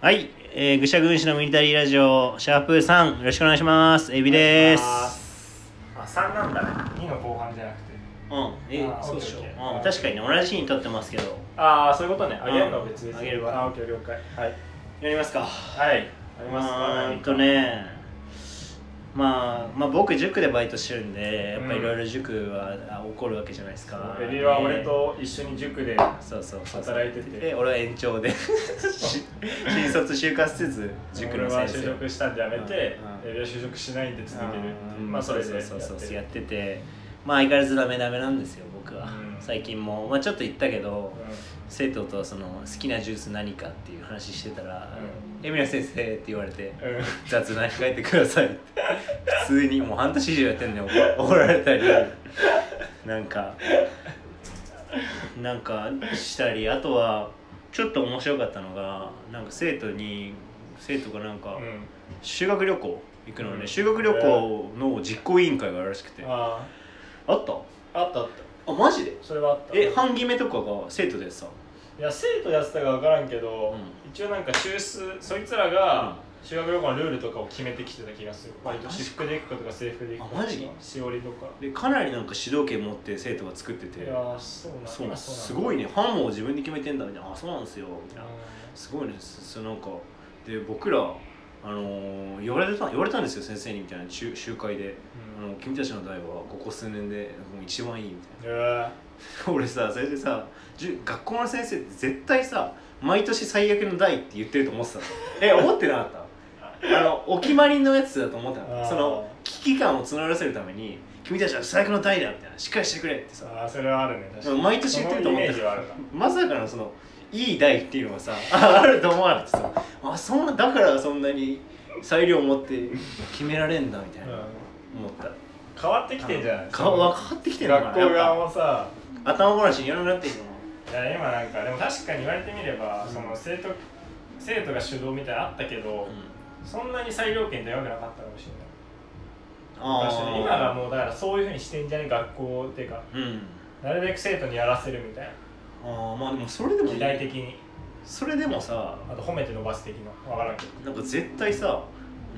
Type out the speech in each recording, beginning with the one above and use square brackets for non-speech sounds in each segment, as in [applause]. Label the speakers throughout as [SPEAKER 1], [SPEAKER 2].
[SPEAKER 1] はい、えー、ぐしゃぐんしのミリタリーラジオ、シャープ3、よろしくお願いします。エビです。あ、3なんだね。
[SPEAKER 2] 2の後半じゃなくて
[SPEAKER 1] うん、え
[SPEAKER 2] あ、ー
[SPEAKER 1] そうでしょ。
[SPEAKER 2] オッ
[SPEAKER 1] う
[SPEAKER 2] ケーオッケー
[SPEAKER 1] ん、確かにね、同じ日に撮ってますけど。
[SPEAKER 2] ああそういうことね
[SPEAKER 1] うん
[SPEAKER 2] あげるのは別です
[SPEAKER 1] あげるわ
[SPEAKER 2] あオッケー了解はい
[SPEAKER 1] やりますか。
[SPEAKER 2] はいあ
[SPEAKER 1] う
[SPEAKER 2] りますか
[SPEAKER 1] ー
[SPEAKER 2] 何
[SPEAKER 1] ん
[SPEAKER 2] か
[SPEAKER 1] とね、まあ、まあ僕、塾でバイトしてるんで、やっぱりいろいろ塾はあ起こるわけじゃないですか。
[SPEAKER 2] エビは俺と一緒に塾で
[SPEAKER 1] ね、そうそうそう。
[SPEAKER 2] 働いてて
[SPEAKER 1] で、俺は延長で、 [laughs]
[SPEAKER 2] [laughs]
[SPEAKER 1] し新卒就活せず、塾
[SPEAKER 2] 俺
[SPEAKER 1] の
[SPEAKER 2] は
[SPEAKER 1] 先生。
[SPEAKER 2] 就職したんでやめて
[SPEAKER 1] うん
[SPEAKER 2] エビは就職しないんで続けるっていうまあそれ
[SPEAKER 1] そう
[SPEAKER 2] でやって
[SPEAKER 1] そう
[SPEAKER 2] る
[SPEAKER 1] そうそうやっててまあ相変わらずダメダメなんですよ僕は、
[SPEAKER 2] うん
[SPEAKER 1] 最近もまあちょっと言ったけど、
[SPEAKER 2] う
[SPEAKER 1] 生徒とその好きなジュース何かっていう話してたら「
[SPEAKER 2] う
[SPEAKER 1] エミラ先生」って言われて
[SPEAKER 2] んうん
[SPEAKER 1] 「雑談控えてください」って普通にもう半年以上やってんのよ怒怒られたりなんかなんかしたりあとはちょっと面白かったのがなんか生徒に生徒がなんか、
[SPEAKER 2] うん
[SPEAKER 1] 修学旅行行くのね、
[SPEAKER 2] うん
[SPEAKER 1] 修学旅行の実行委員会があるらしくてあ
[SPEAKER 2] あ
[SPEAKER 1] った
[SPEAKER 2] ああったあっ
[SPEAKER 1] あマジで
[SPEAKER 2] たそれはあった
[SPEAKER 1] え半決めとかが生徒でさ
[SPEAKER 2] いや生徒やってたか分からんけど、
[SPEAKER 1] う
[SPEAKER 2] 一応なんか中枢そいつら
[SPEAKER 1] うん
[SPEAKER 2] が修学旅行のルールとかを決めてきてた気がする
[SPEAKER 1] あ
[SPEAKER 2] 毎年
[SPEAKER 1] マジ
[SPEAKER 2] 私服で行くかとか制服で行くかと
[SPEAKER 1] あ
[SPEAKER 2] か
[SPEAKER 1] マジ
[SPEAKER 2] しおりとか
[SPEAKER 1] でかなりなんか主導権持って生徒が作って
[SPEAKER 2] い
[SPEAKER 1] て
[SPEAKER 2] やーそうなんだ
[SPEAKER 1] そう
[SPEAKER 2] 今
[SPEAKER 1] す
[SPEAKER 2] なんだ
[SPEAKER 1] ごいね班も自分で決めてんだみたいなあそうなんですよみたいな
[SPEAKER 2] う
[SPEAKER 1] すごいねすすなんかで僕らあのー言われた言われたんですよ先生にみたいな集集会で、
[SPEAKER 2] ん
[SPEAKER 1] あの君たちの代はここ数年でもう一番いいみたいな
[SPEAKER 2] うんいや
[SPEAKER 1] [laughs] 俺さそれでさじゅ学校の先生って絶対さ毎年最悪の代って言ってると思
[SPEAKER 2] [laughs]
[SPEAKER 1] ってたのえ思ってなかったあのお決まりのやつだと思ってた
[SPEAKER 2] あ
[SPEAKER 1] の
[SPEAKER 2] ー
[SPEAKER 1] その危機感を募らせるために君たちは最悪の代だみたいなしっかりしてくれってさ
[SPEAKER 2] ーあーそれはあるね確かに
[SPEAKER 1] 毎年言ってると思って
[SPEAKER 2] そのイメージはあるな
[SPEAKER 1] まさかのそのいい代っていうのがさあると思わなくてさあそんなだからそんなに裁量を持って決められんだみたいな思った
[SPEAKER 2] 変わってきてんじゃない
[SPEAKER 1] 顔分かってきてるのかな
[SPEAKER 2] 学校
[SPEAKER 1] やっ
[SPEAKER 2] 側もさ
[SPEAKER 1] ぱ頭ごなしにやらなくなっていいの
[SPEAKER 2] いや今なんかでも確かに言われてみれば、
[SPEAKER 1] うん
[SPEAKER 2] その生徒生徒が主導みたいなのあったけど、そんなに裁量権って弱くなかったかもしれない昔ね今はもうだからそういうふうにしてんじゃね学校っていうか
[SPEAKER 1] う、うん、
[SPEAKER 2] なるべく生徒にやらせるみたい
[SPEAKER 1] あーまあでもそれで
[SPEAKER 2] な
[SPEAKER 1] も
[SPEAKER 2] 時代的に
[SPEAKER 1] それでもさ
[SPEAKER 2] あと褒めて伸ばす的な分からんけど
[SPEAKER 1] なんか絶対さ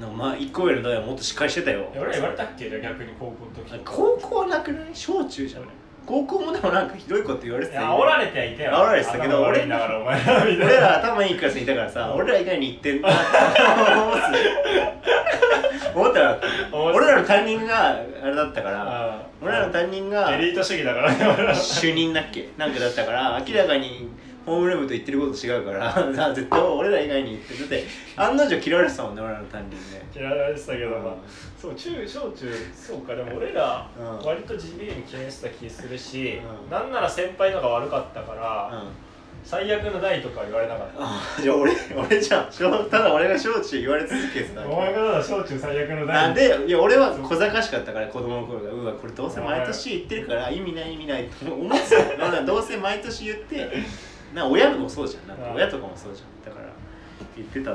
[SPEAKER 1] なんかまあ一個上の代はもっとしっかりしてたよ
[SPEAKER 2] え俺ら言われたっけじゃあ逆に高校の時とか
[SPEAKER 1] 高校はなくない小中じゃない高校もでもなんかひどいこと言われて
[SPEAKER 2] い
[SPEAKER 1] たよ
[SPEAKER 2] や煽られてはいたよ
[SPEAKER 1] 煽られてたけど
[SPEAKER 2] 頭悪
[SPEAKER 1] 俺
[SPEAKER 2] いながらお前らみたい
[SPEAKER 1] 俺
[SPEAKER 2] な
[SPEAKER 1] ら頭いいクラスにいたからさ俺ら以外に行ってんなって [laughs] 思って思ったら俺らの担任があれだったから
[SPEAKER 2] あ
[SPEAKER 1] 俺らの担任が
[SPEAKER 2] エリート主義だからね俺ら
[SPEAKER 1] 主任だっけなんかだったから明らかにホームルームと言ってること違うから絶対俺ら以外に言ってるだって案の定嫌われてたもんね俺らの担任で
[SPEAKER 2] 嫌われてたけどま
[SPEAKER 1] う
[SPEAKER 2] あ
[SPEAKER 1] ん
[SPEAKER 2] そう中小中そうかでも俺ら
[SPEAKER 1] うん
[SPEAKER 2] 割と地味に決めてた気するし、
[SPEAKER 1] うん
[SPEAKER 2] なんなら先輩のが悪かったか
[SPEAKER 1] う
[SPEAKER 2] ら、
[SPEAKER 1] ん
[SPEAKER 2] 最悪の代とかは言われなかった
[SPEAKER 1] あじゃあ俺俺じゃん小ただ俺が小中言われ続けてた
[SPEAKER 2] お前がだ小中最悪の代
[SPEAKER 1] なんでいや俺は小賢しかったから子供の頃がうわこれどうせ毎年言ってるから意味ない意味ないと思ってたよなんかどうせ毎年言ってな親もそうじゃんなんか親とかもそうじゃんだから言ってた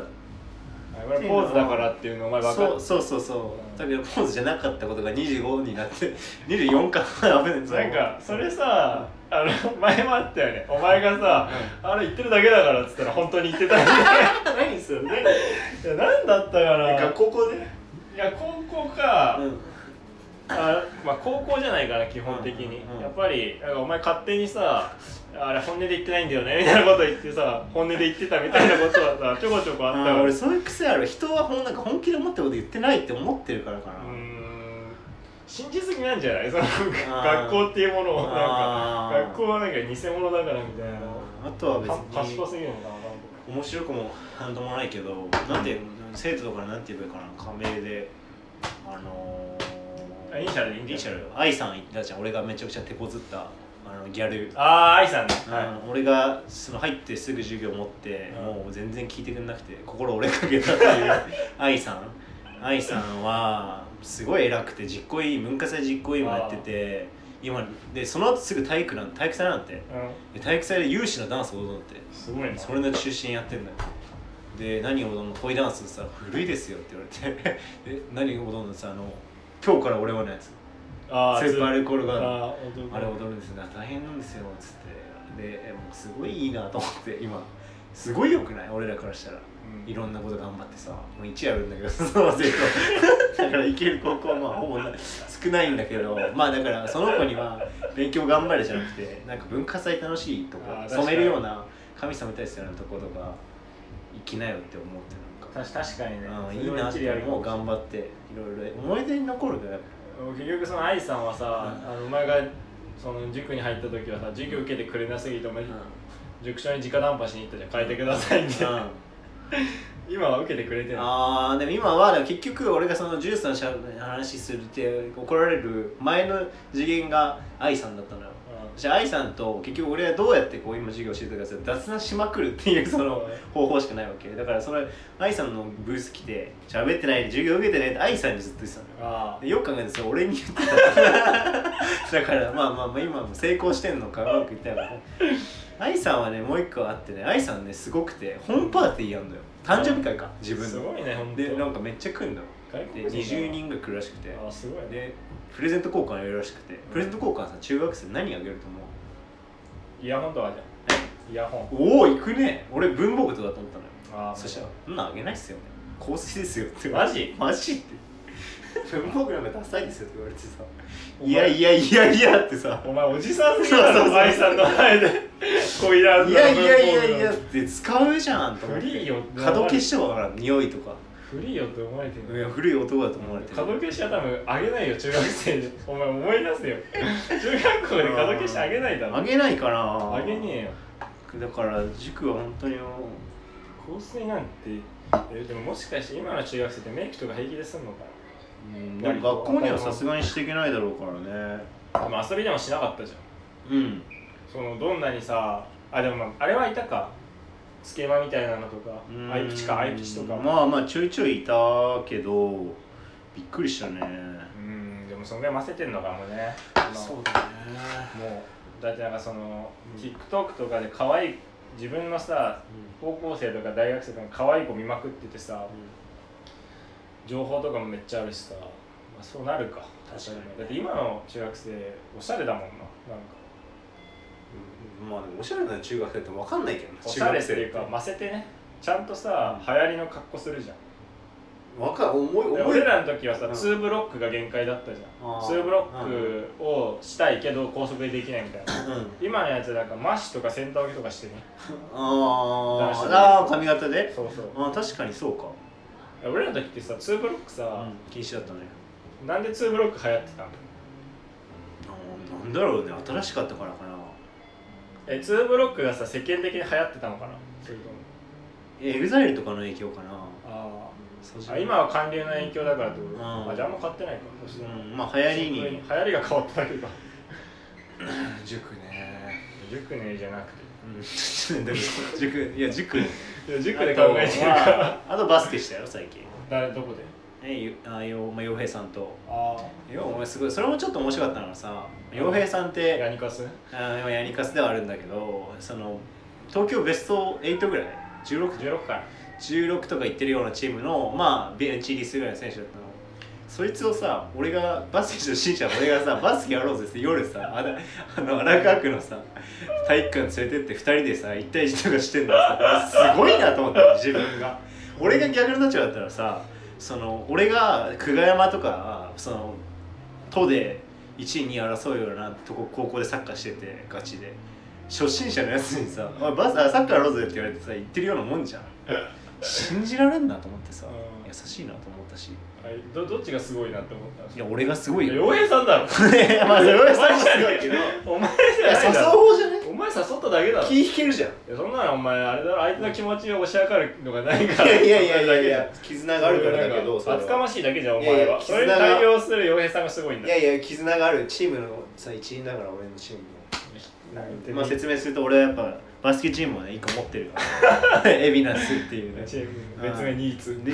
[SPEAKER 2] 俺ポーズだからっていうのお前分か
[SPEAKER 1] そ
[SPEAKER 2] っ
[SPEAKER 1] う
[SPEAKER 2] て
[SPEAKER 1] そうそうそうだけどポーズじゃなかったことが25になって24か危ない
[SPEAKER 2] なんかそれさあの前もあったよねお前がさ「あれ言ってるだけだから」っつったら本当に言ってたよ [laughs] ね
[SPEAKER 1] 何するね
[SPEAKER 2] いや何だったかない
[SPEAKER 1] 学校で
[SPEAKER 2] や高校か、
[SPEAKER 1] うん
[SPEAKER 2] あまあ高校じゃないかな基本的に、
[SPEAKER 1] うんうんうん
[SPEAKER 2] やっぱりなんかお前勝手にさあれ本音で言ってないんだよねみたいなこと言ってさ本音で言ってたみたいなことはさちょこちょこあったか
[SPEAKER 1] あー
[SPEAKER 2] ら
[SPEAKER 1] 俺そういう癖ある人はほんなんか本気で思ったこと言ってないって思ってるからかな
[SPEAKER 2] うーん信じすぎなんじゃないその
[SPEAKER 1] ー
[SPEAKER 2] 学校っていうものをなん
[SPEAKER 1] あ
[SPEAKER 2] か
[SPEAKER 1] ー
[SPEAKER 2] 学校はなんか偽物だからみたいな
[SPEAKER 1] あとは別
[SPEAKER 2] か賢
[SPEAKER 1] に
[SPEAKER 2] すぎるのかな
[SPEAKER 1] 面白くもなんともないけどなんて生徒とかなんて言えばいいかな仮名であのー、
[SPEAKER 2] あイニシャルでいいん
[SPEAKER 1] イ
[SPEAKER 2] だ
[SPEAKER 1] ニシャル愛さんいたじゃん俺がめちゃくちゃ手こずったあのギャル
[SPEAKER 2] ああ愛さんね
[SPEAKER 1] あの俺がその入ってすぐ授業持って、
[SPEAKER 2] うん
[SPEAKER 1] もう全然聞いてくれなくて心折れかけたっていう愛さん愛さんはすごい偉くて実行委員文化祭実行委員もやってて今でその後すぐ体育なん体育祭なんて
[SPEAKER 2] う
[SPEAKER 1] で体育祭で有志のダンスを踊るのって
[SPEAKER 2] んすごいな
[SPEAKER 1] それの中心やってんだよで何を踊るの恋ダンスさ古いですよって言われてで何を踊るのさあの今日から俺はのやつ
[SPEAKER 2] あー
[SPEAKER 1] スーパーアルコールが
[SPEAKER 2] あー踊る
[SPEAKER 1] あれ踊るんですよ大変なんですよっつってでえもうすごいいいなと思って今すごいよくない俺らからしたら
[SPEAKER 2] うん
[SPEAKER 1] いろんなこと頑張ってさもう1あるんだけど [laughs] その生徒だから行ける高校はまあほぼな少ないんだけどまあだからその子には勉強頑張れじゃなくてなんか文化祭楽しいと
[SPEAKER 2] あ
[SPEAKER 1] か
[SPEAKER 2] ー確か
[SPEAKER 1] 染
[SPEAKER 2] に
[SPEAKER 1] めるような髪染めたりするようなとことか行きなよって思ってなんか
[SPEAKER 2] 確確かにね
[SPEAKER 1] うん
[SPEAKER 2] そ
[SPEAKER 1] いい
[SPEAKER 2] れは
[SPEAKER 1] なっ
[SPEAKER 2] 一理あ
[SPEAKER 1] て
[SPEAKER 2] るか
[SPEAKER 1] もう
[SPEAKER 2] もしれな
[SPEAKER 1] 頑
[SPEAKER 2] い
[SPEAKER 1] 張っていろいろ思い出に残るから
[SPEAKER 2] 結局その愛さんはさ、
[SPEAKER 1] うん
[SPEAKER 2] あのお前がその塾に入った時はさ授業受けてくれなすぎてお前、塾長に直談判しに行ったじゃん変えてくださいって、 [laughs]
[SPEAKER 1] うん
[SPEAKER 2] 今は受けてくれてな
[SPEAKER 1] あーでも今はでも結局俺がそのジュースのしゃ話するって怒られる前の次元が愛さんだったのよ
[SPEAKER 2] い、うん
[SPEAKER 1] じゃあ愛さんと結局俺はどうやってこう今授業してるかって雑談しまくるっていうその方法しかないわけだからそれ愛さんのブース来て喋ってないで授業受けてないって愛さんにずっと言ってたのよ
[SPEAKER 2] ああ
[SPEAKER 1] でよく考えてそれ俺に言ってた [laughs] だからまあまあまあ今も成功してんのかうまくいったよね愛さんはねもう一個あってね愛さんねすごくてホームパーティーやんのよ誕生日会か自分
[SPEAKER 2] す
[SPEAKER 1] の
[SPEAKER 2] ごいね本当
[SPEAKER 1] でなんかめっちゃ来んの
[SPEAKER 2] 外
[SPEAKER 1] で
[SPEAKER 2] 国人だな
[SPEAKER 1] 20人ぐらい来るらしくて
[SPEAKER 2] ああすごいね
[SPEAKER 1] でプレゼント交換やるらしくてプレゼント交換さ中学生何あげると思う
[SPEAKER 2] イヤホンとかじゃんイヤホン
[SPEAKER 1] おお行くね俺文房具とかと思ったのよ
[SPEAKER 2] あ
[SPEAKER 1] そしたら「そんなんあげないっすよね香水ですよ」って
[SPEAKER 2] マジ
[SPEAKER 1] マジって文房具なんかダサいですよって言われてさ「
[SPEAKER 2] お前
[SPEAKER 1] いやいやいやいや」ってさ
[SPEAKER 2] お前おじさんすぎ
[SPEAKER 1] そうそうそう
[SPEAKER 2] お前さんの前
[SPEAKER 1] [laughs]
[SPEAKER 2] でこい
[SPEAKER 1] 「
[SPEAKER 2] ら
[SPEAKER 1] いやいやいやいや」って使うじゃんと思っ
[SPEAKER 2] 古い
[SPEAKER 1] て
[SPEAKER 2] よ
[SPEAKER 1] 角消しとかから匂いとか
[SPEAKER 2] 古いよって思われて
[SPEAKER 1] い
[SPEAKER 2] る
[SPEAKER 1] や古い男だと思われてる
[SPEAKER 2] 角消しは多分あげないよ中学生でお前思い出
[SPEAKER 1] [laughs]
[SPEAKER 2] せよ中学校で角消しあげないだろ
[SPEAKER 1] あげないかな
[SPEAKER 2] あげねえ
[SPEAKER 1] だ
[SPEAKER 2] よ
[SPEAKER 1] から塾は本当にもう
[SPEAKER 2] 香水なんてえでももしかして今の中学生ってメイクとか平気ですんのか
[SPEAKER 1] うんでも学校にはさすがにしていけないだろうからね
[SPEAKER 2] なでも遊びでもしなかったじゃん
[SPEAKER 1] うん
[SPEAKER 2] そのどんなにさあでも、まあ、あれはいたかつけまみたいなのとか
[SPEAKER 1] うん
[SPEAKER 2] アイプチかアイプチとか
[SPEAKER 1] まあまあちょいちょいいたけどびっくりしたね
[SPEAKER 2] うんでもそんぐらい混ぜてんのかもね
[SPEAKER 1] うだね
[SPEAKER 2] もうだってなんかその、
[SPEAKER 1] うん
[SPEAKER 2] TikTok とかで可愛い自分のさ高校生とか大学生とか可愛い子見まくっててさ情報とかもめっちゃあるしさ、まあ、そうなるか
[SPEAKER 1] 確かに
[SPEAKER 2] だって今の中学生おしゃれだもんななんか
[SPEAKER 1] まあでもおしゃれな中学生って分かんないけどな
[SPEAKER 2] おしゃれって
[SPEAKER 1] 中
[SPEAKER 2] いう
[SPEAKER 1] 学生
[SPEAKER 2] かませてねちゃんとさ流行りの格好するじゃん
[SPEAKER 1] わか思い
[SPEAKER 2] で
[SPEAKER 1] 思い
[SPEAKER 2] 俺らの時はさ、
[SPEAKER 1] うん
[SPEAKER 2] 2ブロックが限界だったじゃ
[SPEAKER 1] あ
[SPEAKER 2] ん
[SPEAKER 1] ー
[SPEAKER 2] 2ブロックをしたいけど高速でできないみたいな
[SPEAKER 1] うん
[SPEAKER 2] 今のやつなんかマッシュとかセンター分けとかしてね
[SPEAKER 1] あ
[SPEAKER 2] 男子
[SPEAKER 1] ー
[SPEAKER 2] で
[SPEAKER 1] あー髪型で
[SPEAKER 2] そうそう
[SPEAKER 1] あー確かにそうか
[SPEAKER 2] 俺らの時ってさ2ブロックさ、
[SPEAKER 1] 禁止だったね
[SPEAKER 2] なんで2ブロック流行ってたの
[SPEAKER 1] あーなんだろうね新しかったからかな
[SPEAKER 2] え2ブロックがさ世間的に流行ってたのかなそれとも
[SPEAKER 1] エグザイルとかの影響かな
[SPEAKER 2] あ
[SPEAKER 1] そうじゃ
[SPEAKER 2] あ
[SPEAKER 1] ない
[SPEAKER 2] 今は韓流の影響だからってこと、
[SPEAKER 1] うん
[SPEAKER 2] あじゃああんま買ってないかそしたら
[SPEAKER 1] うんまあ流行り
[SPEAKER 2] シンプル
[SPEAKER 1] に
[SPEAKER 2] 流行りが変わっただけか
[SPEAKER 1] 塾ね
[SPEAKER 2] 塾ねじゃなく
[SPEAKER 1] うん、でも塾いや塾
[SPEAKER 2] ていや塾で考えてるから
[SPEAKER 1] あと,、まあ、あとバスケしたよ最近
[SPEAKER 2] 誰どこで
[SPEAKER 1] ねゆあよまあ洋平さんと
[SPEAKER 2] あ
[SPEAKER 1] よお前すごいそれもちょっと面白かったのがさ洋平さんっ
[SPEAKER 2] あヤ
[SPEAKER 1] て
[SPEAKER 2] ニカス
[SPEAKER 1] あ今ヤニカスではあるんだけどその東京ベスト8ぐらい16
[SPEAKER 2] 16から
[SPEAKER 1] 16とか行ってるようなチームのまあベンチ入りするぐらいの選手だったのそいつをさ俺がバスケ初心者の俺がさバスケやろうぜって夜さあだあの荒川区のさ体育館連れてって2人でさ1対1とかしてんのさすごいなと思ったの自分が俺が逆の立場だったらさその俺が久我山とかその都で1位2位争うようなとこ高校でサッカーしててガチで初心者のやつにさ「おいバスあサッカーやろうぜ」って言われてさ言ってるようなもんじゃん信じられんなと思ってさ
[SPEAKER 2] うん
[SPEAKER 1] 優しいなと思ったしい
[SPEAKER 2] はいどどっちがすごいなって思ったの
[SPEAKER 1] や俺がすごいよ
[SPEAKER 2] 洋平さ
[SPEAKER 1] [laughs]
[SPEAKER 2] んだろ
[SPEAKER 1] ねまあそれはさすごいけどい
[SPEAKER 2] お前じゃ
[SPEAKER 1] や
[SPEAKER 2] ない
[SPEAKER 1] 誘う
[SPEAKER 2] だろ
[SPEAKER 1] 方じゃね
[SPEAKER 2] お前誘っただけだろ
[SPEAKER 1] 気引けるじゃん
[SPEAKER 2] いやそんなのお前あれだろ相手の気持ちを押し上がるのがないか
[SPEAKER 1] い
[SPEAKER 2] ら
[SPEAKER 1] やいやいやいやい
[SPEAKER 2] それだ
[SPEAKER 1] や
[SPEAKER 2] け
[SPEAKER 1] 絆があるからだけどそれは
[SPEAKER 2] 厚かましいだけじゃんお
[SPEAKER 1] いや
[SPEAKER 2] 前
[SPEAKER 1] いや
[SPEAKER 2] はそれに対応する洋平さんがすごいん
[SPEAKER 1] い
[SPEAKER 2] だ
[SPEAKER 1] やいや絆があるチームのさ一員だから俺のチーム
[SPEAKER 2] なんて
[SPEAKER 1] の、まあ、説明すると俺はやっぱバスケチームをね一個持ってるから [laughs] エビナスって [laughs] いうね
[SPEAKER 2] チーム別名ニーツ
[SPEAKER 1] で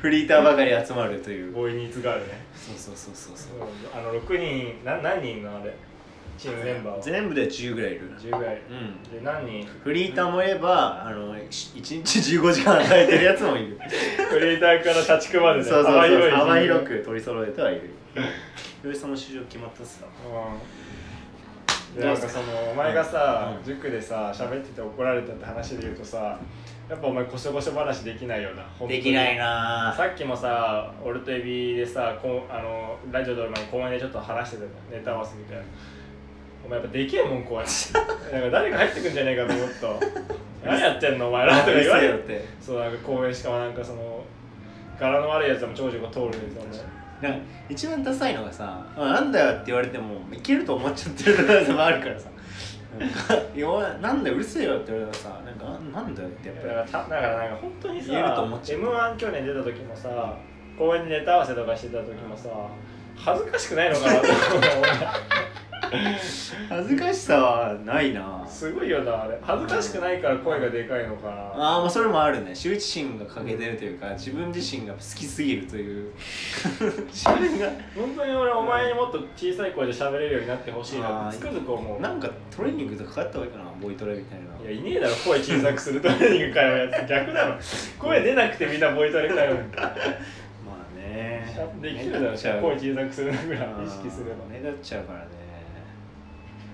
[SPEAKER 1] フリーターばかり集まるという
[SPEAKER 2] ボーイニーツガールね
[SPEAKER 1] そうそうそうそうそう
[SPEAKER 2] あの6人な何人のあれチームメンバーは
[SPEAKER 1] 全部で10ぐらいいる
[SPEAKER 2] 10ぐらい
[SPEAKER 1] うん
[SPEAKER 2] で何人
[SPEAKER 1] フリーターもいれば、あのし1日15時間働いてるやつもい
[SPEAKER 2] [laughs]
[SPEAKER 1] る
[SPEAKER 2] フリーターから社畜ま
[SPEAKER 1] そ
[SPEAKER 2] で
[SPEAKER 1] う
[SPEAKER 2] ね
[SPEAKER 1] そうそう
[SPEAKER 2] 幅広い人数
[SPEAKER 1] 幅 [laughs] 広く取り揃えてはいるよりその市場決まったっすか
[SPEAKER 2] うでなんかそのお前がさ、
[SPEAKER 1] うん
[SPEAKER 2] 塾でさ喋ってて怒られたって話で言うとさやっぱお前こしょこしょ話できないよな本当に
[SPEAKER 1] できないなぁ
[SPEAKER 2] さっきもさ俺とエビでさこうあのラジオ撮る前に公園でちょっと話してたのネタ合わせみたいなお前やっぱでけえもん怖い [laughs] なんか誰か入ってくんじゃねえかと思った何やってんのお前らとか言われ
[SPEAKER 1] うる
[SPEAKER 2] る
[SPEAKER 1] せえよって
[SPEAKER 2] そうなんか公園しかもなんかその柄の悪いやつでも長女が通るんですよね
[SPEAKER 1] なんか一番ダサいのがさ「あなんだよ」って言われてもいけると思っちゃってるやつもあるからさなんかいやなんだようるせえよって言われたらさなんかあなんだよってやっぱ
[SPEAKER 2] だか
[SPEAKER 1] り
[SPEAKER 2] らただからなんか本当にさ
[SPEAKER 1] 言えると思っちゃう
[SPEAKER 2] m 1去年出た時もさ公園でネタ合わせとかしてた時もさ恥ずかしくないのかなって思う
[SPEAKER 1] 恥ずかしさはない
[SPEAKER 2] [laughs]
[SPEAKER 1] な
[SPEAKER 2] すごいよなあれ恥ずかしくないから声がでかいのかな
[SPEAKER 1] ああまあそれもあるね羞恥心が欠けてるというか自分自身が好きすぎると
[SPEAKER 2] [laughs]
[SPEAKER 1] いう自分が
[SPEAKER 2] 本当に俺お前にもっと小さい声で喋れるようになってほしいなってつくづく思う
[SPEAKER 1] なんかトレーニングとかかかった方がいいかなボイトレみたいない
[SPEAKER 2] やいねえだろ声小さくするトレーニング会話やつ逆 [laughs] だろ声出なくてみんなボイトレ会話 [laughs]
[SPEAKER 1] まあね
[SPEAKER 2] できるだろ
[SPEAKER 1] 目立っちゃう
[SPEAKER 2] 声小さくするぐら
[SPEAKER 1] あー
[SPEAKER 2] い意識すればね
[SPEAKER 1] 目立っちゃうからね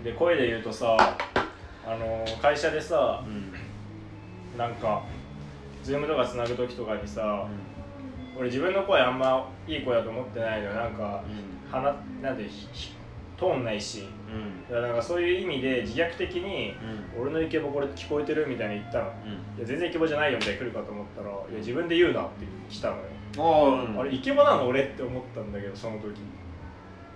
[SPEAKER 2] で声で言うとさあの会社でさ
[SPEAKER 1] うん
[SPEAKER 2] なんか Zoom とかつなぐ時とかにさ、俺自分の声あんまいい声だと思ってないのよなんか鼻なんてひひ通んないし
[SPEAKER 1] うんうん
[SPEAKER 2] だからなんかそういう意味で自虐的に
[SPEAKER 1] うん
[SPEAKER 2] 俺のイケボこれ聞こえてるみたいに言ったの
[SPEAKER 1] うん
[SPEAKER 2] いや全然イケボじゃないよみたいに来るかと思ったらいや自分で言うなって来たのよ、
[SPEAKER 1] ああ
[SPEAKER 2] あれイケボなの俺って思ったんだけどその時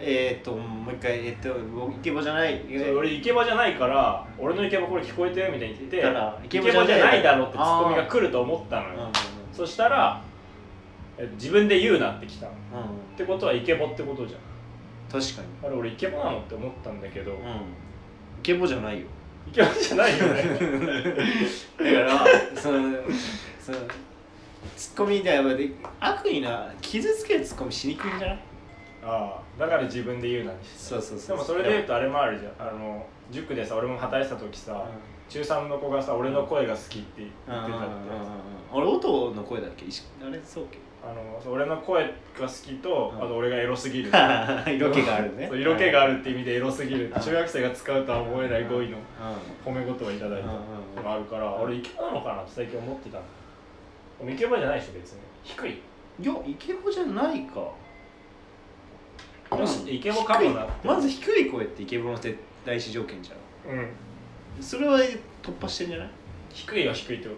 [SPEAKER 1] えーっともう一回えーっと僕イケボじゃない
[SPEAKER 2] そう俺イケボじゃないから俺のイケボこれ聞こえてるみたいに言って
[SPEAKER 1] だから
[SPEAKER 2] イケボじゃないだろってツッコミが
[SPEAKER 1] る
[SPEAKER 2] 来ると思った
[SPEAKER 1] う
[SPEAKER 2] の
[SPEAKER 1] んうん
[SPEAKER 2] よそしたらえ自分で言うなって来たのっ
[SPEAKER 1] うんうん
[SPEAKER 2] てことはイケボってことじゃん
[SPEAKER 1] 確かに
[SPEAKER 2] あれ俺イケボなのって思ったんだけど、
[SPEAKER 1] うんイケボじゃない
[SPEAKER 2] [laughs]
[SPEAKER 1] よ
[SPEAKER 2] イケボじゃないよね
[SPEAKER 1] [laughs] だからそのそのツッコミみたいなやっぱ悪意な傷つけるツッコミしにくいんじゃない
[SPEAKER 2] ああだから自分で言うなにして
[SPEAKER 1] そうそう
[SPEAKER 2] で
[SPEAKER 1] そう
[SPEAKER 2] もそれで言うとあれもあるじゃんあの塾でさ俺も働いてた時さ、中3の子がさ俺の声が好きって言って
[SPEAKER 1] うん
[SPEAKER 2] た
[SPEAKER 1] うん
[SPEAKER 2] って
[SPEAKER 1] うんうん
[SPEAKER 2] や
[SPEAKER 1] あれ音の声だっけ石あれそうっけ
[SPEAKER 2] つあのそう俺の声が好きと、
[SPEAKER 1] うん
[SPEAKER 2] あと俺がエロすぎ
[SPEAKER 1] [laughs]
[SPEAKER 2] る
[SPEAKER 1] 色気があるね
[SPEAKER 2] そう色気があ
[SPEAKER 1] る
[SPEAKER 2] るって意味でエロすぎる
[SPEAKER 1] うん
[SPEAKER 2] 中学生が使うとは思えない語彙の褒め言葉いただいた
[SPEAKER 1] うんうんうん
[SPEAKER 2] のがあるから俺イケボなのかなって最近思ってたのでもイケボじゃないでしょ別に低い
[SPEAKER 1] いやイケボじゃないか
[SPEAKER 2] よしイケボかもなって
[SPEAKER 1] まず低い声ってイケボの絶対視条件じゃん
[SPEAKER 2] うん
[SPEAKER 1] それは突破してんじゃない
[SPEAKER 2] 低いは低いってこ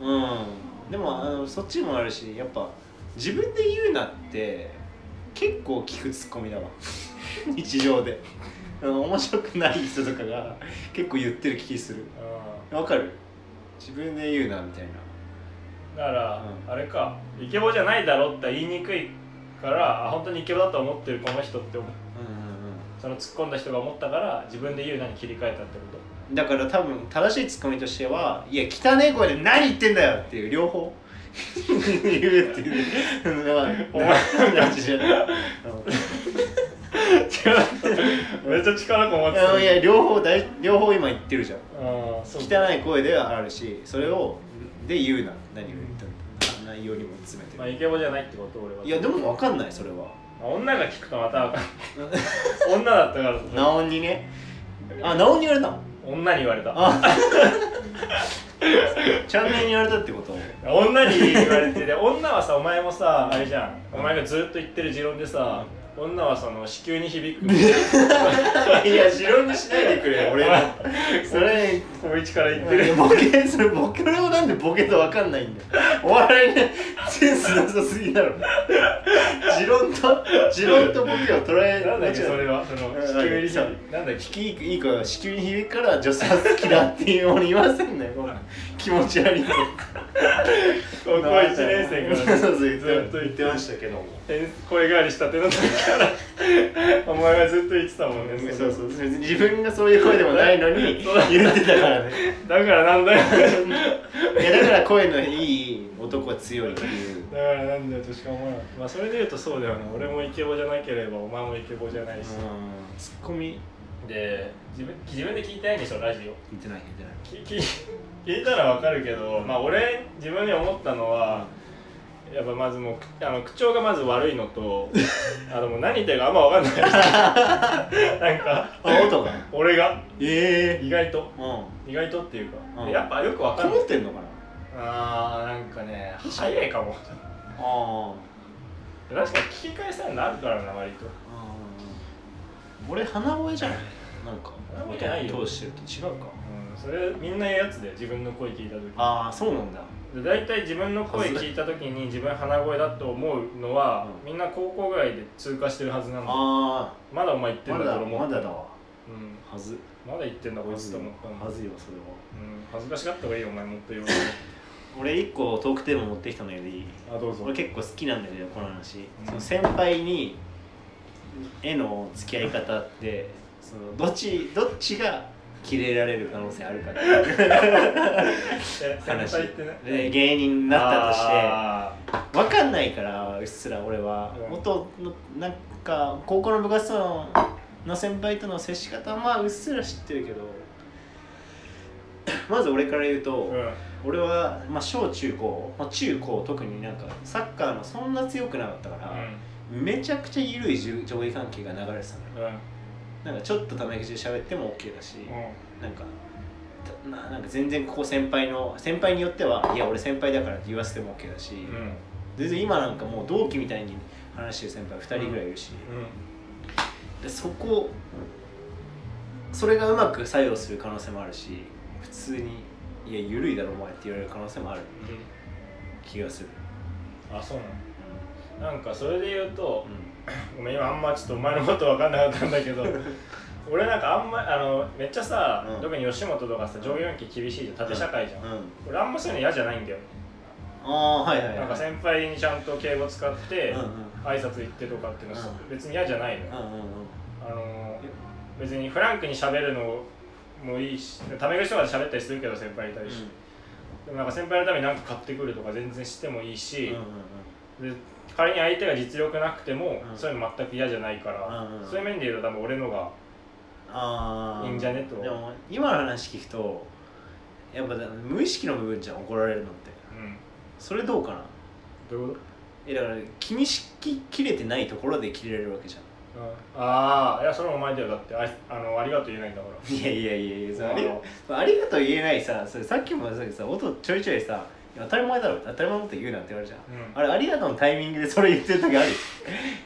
[SPEAKER 2] と
[SPEAKER 1] うんでもあのそっちもあるしやっぱ自分で言うなって結構聞くツッコミだわ [laughs] 日常であの面白くない人とかが結構言ってる気する
[SPEAKER 2] あ
[SPEAKER 1] わかる自分で言うなみたいな
[SPEAKER 2] ーだから、
[SPEAKER 1] う
[SPEAKER 2] あれかイケボじゃないだろって言いにくいからあ本当にイケボだと思ってるこの人って思う
[SPEAKER 1] うんうんうん
[SPEAKER 2] その突っ込んだ人が思ったから自分で言うなに切り替えたってこと
[SPEAKER 1] だから多分正しいツッコミとしてはいや汚ねえ声で何言ってんだよっていう両方言うっていうのが [laughs]
[SPEAKER 2] お前
[SPEAKER 1] 同じじゃない
[SPEAKER 2] めっちゃ力こも
[SPEAKER 1] あのいや両方大両方今言ってるじゃん
[SPEAKER 2] ああそう
[SPEAKER 1] 汚い声ではあるしそれをで言うな何を言ったのか内容にも詰めて
[SPEAKER 2] まあ、
[SPEAKER 1] る
[SPEAKER 2] イケボじゃないってこと俺はい
[SPEAKER 1] やでも分かんないそれは [laughs]
[SPEAKER 2] まあ女が聞くとまた分かんない女だったから
[SPEAKER 1] なおんにねあなおんに言われたの
[SPEAKER 2] 女に言われた
[SPEAKER 1] あ [laughs] チャンネルに言われたってこと
[SPEAKER 2] 女に言われてで女はさお前もさあれじゃんお前がずっと言ってる持論でさ女はその子宮に響く
[SPEAKER 1] いや、白にしないでくれよ、俺の。それ、
[SPEAKER 2] 小一から言ってる
[SPEAKER 1] ボケ、それ、ボケ、俺もなんでボケとわかんないんだよ。お笑いね、センスなさすぎだろ。持論と、持論とボケを捉え、
[SPEAKER 2] なんだっけそれはその
[SPEAKER 1] うん
[SPEAKER 2] 子宮に響くなんだっけ
[SPEAKER 1] 引きいいい子は子宮に響くから女性は好きだっていうもの言わせんなよ、こんな気持ち悪いこと。
[SPEAKER 2] 高校1年生から
[SPEAKER 1] そうそう
[SPEAKER 2] ずっと言ってまし
[SPEAKER 1] したけども。
[SPEAKER 2] た声変わりしたての時からお前がずっと言ってたもんね
[SPEAKER 1] そうそう、別に自分がそういう声でもないのに言ってたからね。
[SPEAKER 2] だからなんだよ
[SPEAKER 1] いやだから声のいい男は強いっていう
[SPEAKER 2] だからなんだよとしか思わないまあそれで言うとそうだよね俺もイケボじゃなければお前もイケボじゃないし、
[SPEAKER 1] ツッコミ
[SPEAKER 2] で自分自分で聞いてないんでしょラジオ
[SPEAKER 1] 聞いてない聞いてない
[SPEAKER 2] 聞聞聞いたらわかるけど、まあ俺自分に思ったのは、やっぱまずもうくあの口調がまず悪いの
[SPEAKER 1] [laughs]
[SPEAKER 2] とあのもう何言ってるかあんま分かんない [laughs] なんか
[SPEAKER 1] あ音が
[SPEAKER 2] 俺が
[SPEAKER 1] ええ
[SPEAKER 2] 意外と
[SPEAKER 1] うん
[SPEAKER 2] 意外とっていうか、
[SPEAKER 1] うん
[SPEAKER 2] やっぱよく分か
[SPEAKER 1] こ
[SPEAKER 2] んない
[SPEAKER 1] もってんのかな
[SPEAKER 2] あーなんかね早いかも
[SPEAKER 1] あ
[SPEAKER 2] 確かに聞き返したいのあるからな割と
[SPEAKER 1] あ俺鼻声じゃないなんか
[SPEAKER 2] 鼻声じゃないよ
[SPEAKER 1] 音通してると違うか
[SPEAKER 2] うんそれみんな言うやつで自分の声聞いた時
[SPEAKER 1] ああそうなんだ
[SPEAKER 2] で大体自分の声聞いた時に自分鼻声だと思うのは、
[SPEAKER 1] うん
[SPEAKER 2] みんな高校ぐらいで通過してるはずなの
[SPEAKER 1] あ
[SPEAKER 2] まだお前言っ
[SPEAKER 1] あ
[SPEAKER 2] て
[SPEAKER 1] ま
[SPEAKER 2] んだ
[SPEAKER 1] だ
[SPEAKER 2] と思
[SPEAKER 1] ま
[SPEAKER 2] う
[SPEAKER 1] だだわ
[SPEAKER 2] うん、
[SPEAKER 1] はず
[SPEAKER 2] まだ言ってんだこい
[SPEAKER 1] は
[SPEAKER 2] つ
[SPEAKER 1] ず
[SPEAKER 2] と
[SPEAKER 1] よ
[SPEAKER 2] 思ったの
[SPEAKER 1] はずよそれは
[SPEAKER 2] うん、恥ずかしがった方がいいよお前もっと言わ
[SPEAKER 1] 俺一個トークテーマ持ってきたんだけどいい
[SPEAKER 2] あどうぞ
[SPEAKER 1] 俺結構好きなんだけどこの話、
[SPEAKER 2] うん
[SPEAKER 1] その先輩に絵の付き合い方ってそのどっちどっちがキレられる可能性あるかっていう
[SPEAKER 2] 先
[SPEAKER 1] 話
[SPEAKER 2] 輩ってね
[SPEAKER 1] で芸人になったとして
[SPEAKER 2] あ
[SPEAKER 1] 分かんないからうっすら俺は
[SPEAKER 2] うん
[SPEAKER 1] 元のなんか高校の部活のの先輩との接し方はまあうっすら知ってるけど [coughs] まず俺から言うと、
[SPEAKER 2] ーうん
[SPEAKER 1] 俺は、まあ、小中高、まあ、中高特になんかサッカーのそんな強くなかったから、めちゃくちゃ緩いじゅ上下関係が流れてたのよ
[SPEAKER 2] うんうん
[SPEAKER 1] なんかちょっとため口で喋っても OK だし、なんかたななんか全然ここ先輩の先輩によってはいや俺先輩だからって言わせても OK だし、
[SPEAKER 2] うんうん
[SPEAKER 1] 全然今なんかもう同期みたいに話してる先輩2人ぐらいいるし、でそこそれがうまく作用する可能性もあるし普通に「いや緩いだろお前」って言われる可能性もある
[SPEAKER 2] う
[SPEAKER 1] 気がする、
[SPEAKER 2] んあそうなのなんかそれで言うと
[SPEAKER 1] う、ん
[SPEAKER 2] ごめん今あんまちょっとお前のこと分かんなかったん
[SPEAKER 1] [laughs]
[SPEAKER 2] だけど俺なんかあんまあのめっちゃさ、
[SPEAKER 1] うん
[SPEAKER 2] 特に吉本とかさ上下関係厳しいじゃん縦社会じゃん、
[SPEAKER 1] うん、
[SPEAKER 2] 俺あんまそういうの嫌じゃないんだよ、
[SPEAKER 1] ああはいはいはい
[SPEAKER 2] なんか先輩にちゃんと敬語使って、
[SPEAKER 1] うんうん
[SPEAKER 2] 挨拶行ってとかっていうのは
[SPEAKER 1] うん
[SPEAKER 2] 別に嫌じゃないのよ、
[SPEAKER 1] うんうんうん
[SPEAKER 2] あの別にフランクに喋るのもいいしタメ口とかで喋ったりするけど先輩に対して、でもなんか先輩のために何か買ってくるとか全然してもいいし、
[SPEAKER 1] うんうんうん
[SPEAKER 2] で仮に相手が実力なくても、
[SPEAKER 1] うん
[SPEAKER 2] そういうの全く嫌じゃないから、
[SPEAKER 1] うんうん
[SPEAKER 2] そういう面で言うと多分俺のが
[SPEAKER 1] ああ
[SPEAKER 2] いいんじゃねと
[SPEAKER 1] でも今の話聞くとやっぱだ無意識の部分じゃん怒られるのって
[SPEAKER 2] うん
[SPEAKER 1] それどうかな
[SPEAKER 2] どういうこ
[SPEAKER 1] えだから気にしききれてないところで切れられるわけじゃん
[SPEAKER 2] とああいやそれもお前だよだってあいあのありがとう言えないんだか
[SPEAKER 1] [laughs]
[SPEAKER 2] ら
[SPEAKER 1] いやいやいやいやそれあり
[SPEAKER 2] あの
[SPEAKER 1] がありがとう言えないさそれさっきもささ音ちょいちょいさいや当たり前だろ当たり前のこと言うなんて言われるじゃん、
[SPEAKER 2] うん
[SPEAKER 1] あれありがとうのタイミングでそれ言ってる時 [laughs] ある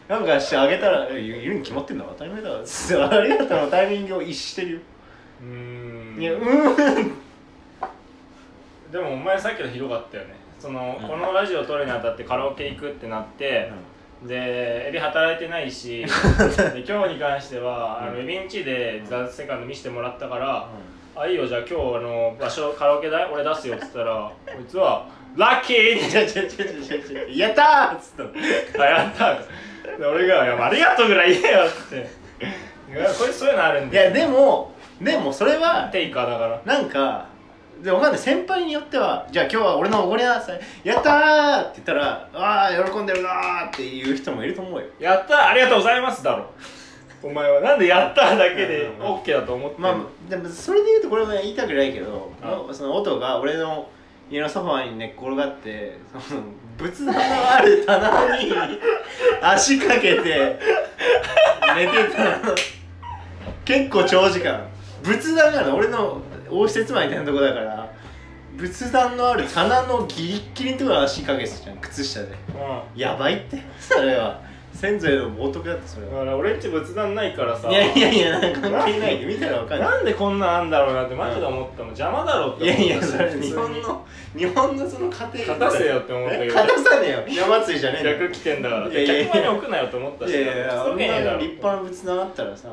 [SPEAKER 1] なんかしてあげたらえ言うに決まってんだろ当たり前だ [laughs] ろつってありがとうのタイミングを逸してるよ、
[SPEAKER 2] うーん
[SPEAKER 1] いやうーん
[SPEAKER 2] でもお前さっきのひどかったよねその、
[SPEAKER 1] うん
[SPEAKER 2] このラジオ撮るにあたってカラオケ行くってなって、でエビ働いてないし
[SPEAKER 1] [laughs]
[SPEAKER 2] で今日に関しては、あの
[SPEAKER 1] うん
[SPEAKER 2] エビんちで「ザ・セカンド見せてもらったから「あいいよじゃあ今日あの場所カラオケ代俺出すよ」っつったらこいつは「ラッキー!」って
[SPEAKER 1] ちょちょちょちょちょやったーっつったの
[SPEAKER 2] あやったで俺が「いやありがとうぐらい言えよ」っつって「いやこれそういうのあるん
[SPEAKER 1] い
[SPEAKER 2] だ
[SPEAKER 1] や
[SPEAKER 2] よ」
[SPEAKER 1] でもでもそれは
[SPEAKER 2] テイカーだから
[SPEAKER 1] なんかでわかんない先輩によってはじゃあ今日は俺のおごりなさいやったーって言ったらああ喜んでるなーっていう人もいると思うよ
[SPEAKER 2] 「やったありがとうございます」だろお前はなんで「やった」だけで
[SPEAKER 1] うん
[SPEAKER 2] OK だと思ってん
[SPEAKER 1] ま
[SPEAKER 2] の
[SPEAKER 1] あでもそれで言うとこれは言いたくないけど、
[SPEAKER 2] う
[SPEAKER 1] その音が俺の家のソファーに寝っ転がってその仏壇のある棚
[SPEAKER 2] [laughs]
[SPEAKER 1] に足かけて寝てたの結構長時間仏壇がね俺の応接間みたいなとこだから仏壇のある棚のギリッギリのところに足かけてたじゃん靴下で
[SPEAKER 2] う
[SPEAKER 1] やばいってそれは先祖への冒涜だってそれ
[SPEAKER 2] んだ
[SPEAKER 1] は
[SPEAKER 2] から俺んち仏壇ないからさ
[SPEAKER 1] いやいやいやなんか関係ないで見たらわかる
[SPEAKER 2] なんでこんなんあんだろうなってマジで思ったもん邪魔だろうって思った
[SPEAKER 1] いやいやそれ
[SPEAKER 2] 普通に
[SPEAKER 1] 日本の日本のその家庭
[SPEAKER 2] 勝たせよって思ったけ
[SPEAKER 1] え
[SPEAKER 2] ど
[SPEAKER 1] 勝たさねえよ山祭りじゃねえんだ
[SPEAKER 2] 逆来てんだから
[SPEAKER 1] いやいやいや
[SPEAKER 2] 客前に置くなよって思ったし
[SPEAKER 1] いやいやいやあ
[SPEAKER 2] そ
[SPEAKER 1] ん
[SPEAKER 2] うけねえだ
[SPEAKER 1] な
[SPEAKER 2] ろ
[SPEAKER 1] 立派な仏壇あったらさ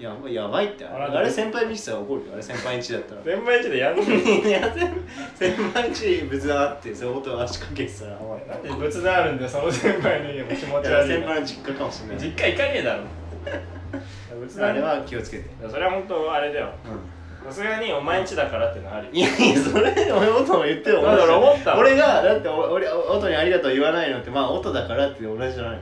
[SPEAKER 1] やばいやばいってあれあれ先輩見せたら怒るよあれ先輩んちだったら
[SPEAKER 2] 全部ちでや
[SPEAKER 1] [laughs]
[SPEAKER 2] んのに
[SPEAKER 1] いや先先輩んち仏壇あってそのこと足掛けてたらおい
[SPEAKER 2] なんで仏壇あるんだよその先輩の家も気持
[SPEAKER 1] い
[SPEAKER 2] ち
[SPEAKER 1] や
[SPEAKER 2] 悪い
[SPEAKER 1] 先輩の実家かもしれな
[SPEAKER 2] 実
[SPEAKER 1] い
[SPEAKER 2] 家行かねえだろ仏壇
[SPEAKER 1] あれは気をつけて、
[SPEAKER 2] いやそれは本当あれだよさすがにお前んちだからってのはあるよ
[SPEAKER 1] いやいやそれ俺音も言っても同じ
[SPEAKER 2] だから思った
[SPEAKER 1] 俺がだってお俺音にありがとう言わないのってまあ音だからって同じじゃない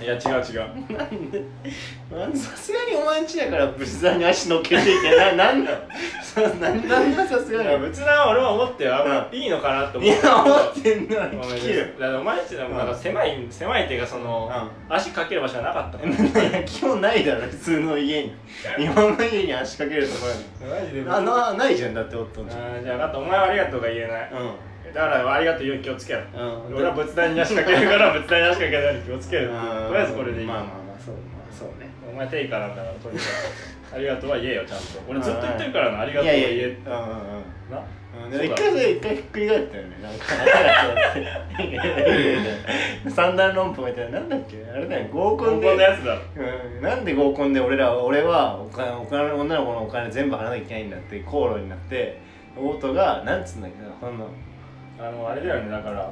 [SPEAKER 2] いや違う違う
[SPEAKER 1] なんさすがにお前んちだから仏壇に足乗っけていけ
[SPEAKER 2] [laughs]
[SPEAKER 1] ないなんなのそのなんなんがさすが
[SPEAKER 2] い
[SPEAKER 1] に
[SPEAKER 2] や仏壇俺は思ってよ、あいいのかなって
[SPEAKER 1] い
[SPEAKER 2] 思って
[SPEAKER 1] や思ってんのは
[SPEAKER 2] ごめん
[SPEAKER 1] 聞
[SPEAKER 2] ね
[SPEAKER 1] ける
[SPEAKER 2] だからお前んちのなんか狭い、狭いっていうかその、足かける場所がなかったから
[SPEAKER 1] いや基本ないだろ普通の家に日本の家に足掛けるところに
[SPEAKER 2] マジで
[SPEAKER 1] あなないじゃんだっておっとんじゃん
[SPEAKER 2] あーじゃあ分かったお前はありがとうが言えない、だからありがとうよ気をつけろ、
[SPEAKER 1] うん
[SPEAKER 2] 俺は仏壇に足かけるから仏壇に足かけないように気をつけるとり
[SPEAKER 1] あー
[SPEAKER 2] あえずこれでいい、
[SPEAKER 1] まあまあまあそうまあそうね
[SPEAKER 2] お前テイカーなんだからとにかくありがとうは言えよちゃんと俺ずっと言ってるからなありがとうは言え
[SPEAKER 1] いやいやうんうんうん
[SPEAKER 2] な
[SPEAKER 1] うんでも一回それ一回ひっくり返ったよねなんか [laughs]
[SPEAKER 2] [laughs]
[SPEAKER 1] あ三段論法みたいななんだっけあれだよ合
[SPEAKER 2] 高
[SPEAKER 1] コ
[SPEAKER 2] 校
[SPEAKER 1] ン
[SPEAKER 2] の
[SPEAKER 1] で
[SPEAKER 2] やつだろ
[SPEAKER 1] うんなんで合コンで俺ら俺はお金お金女の子のお金全部払わなきゃいけないんだって口論になってオートがなんつうんだっけどほんの
[SPEAKER 2] あのあれだよねだから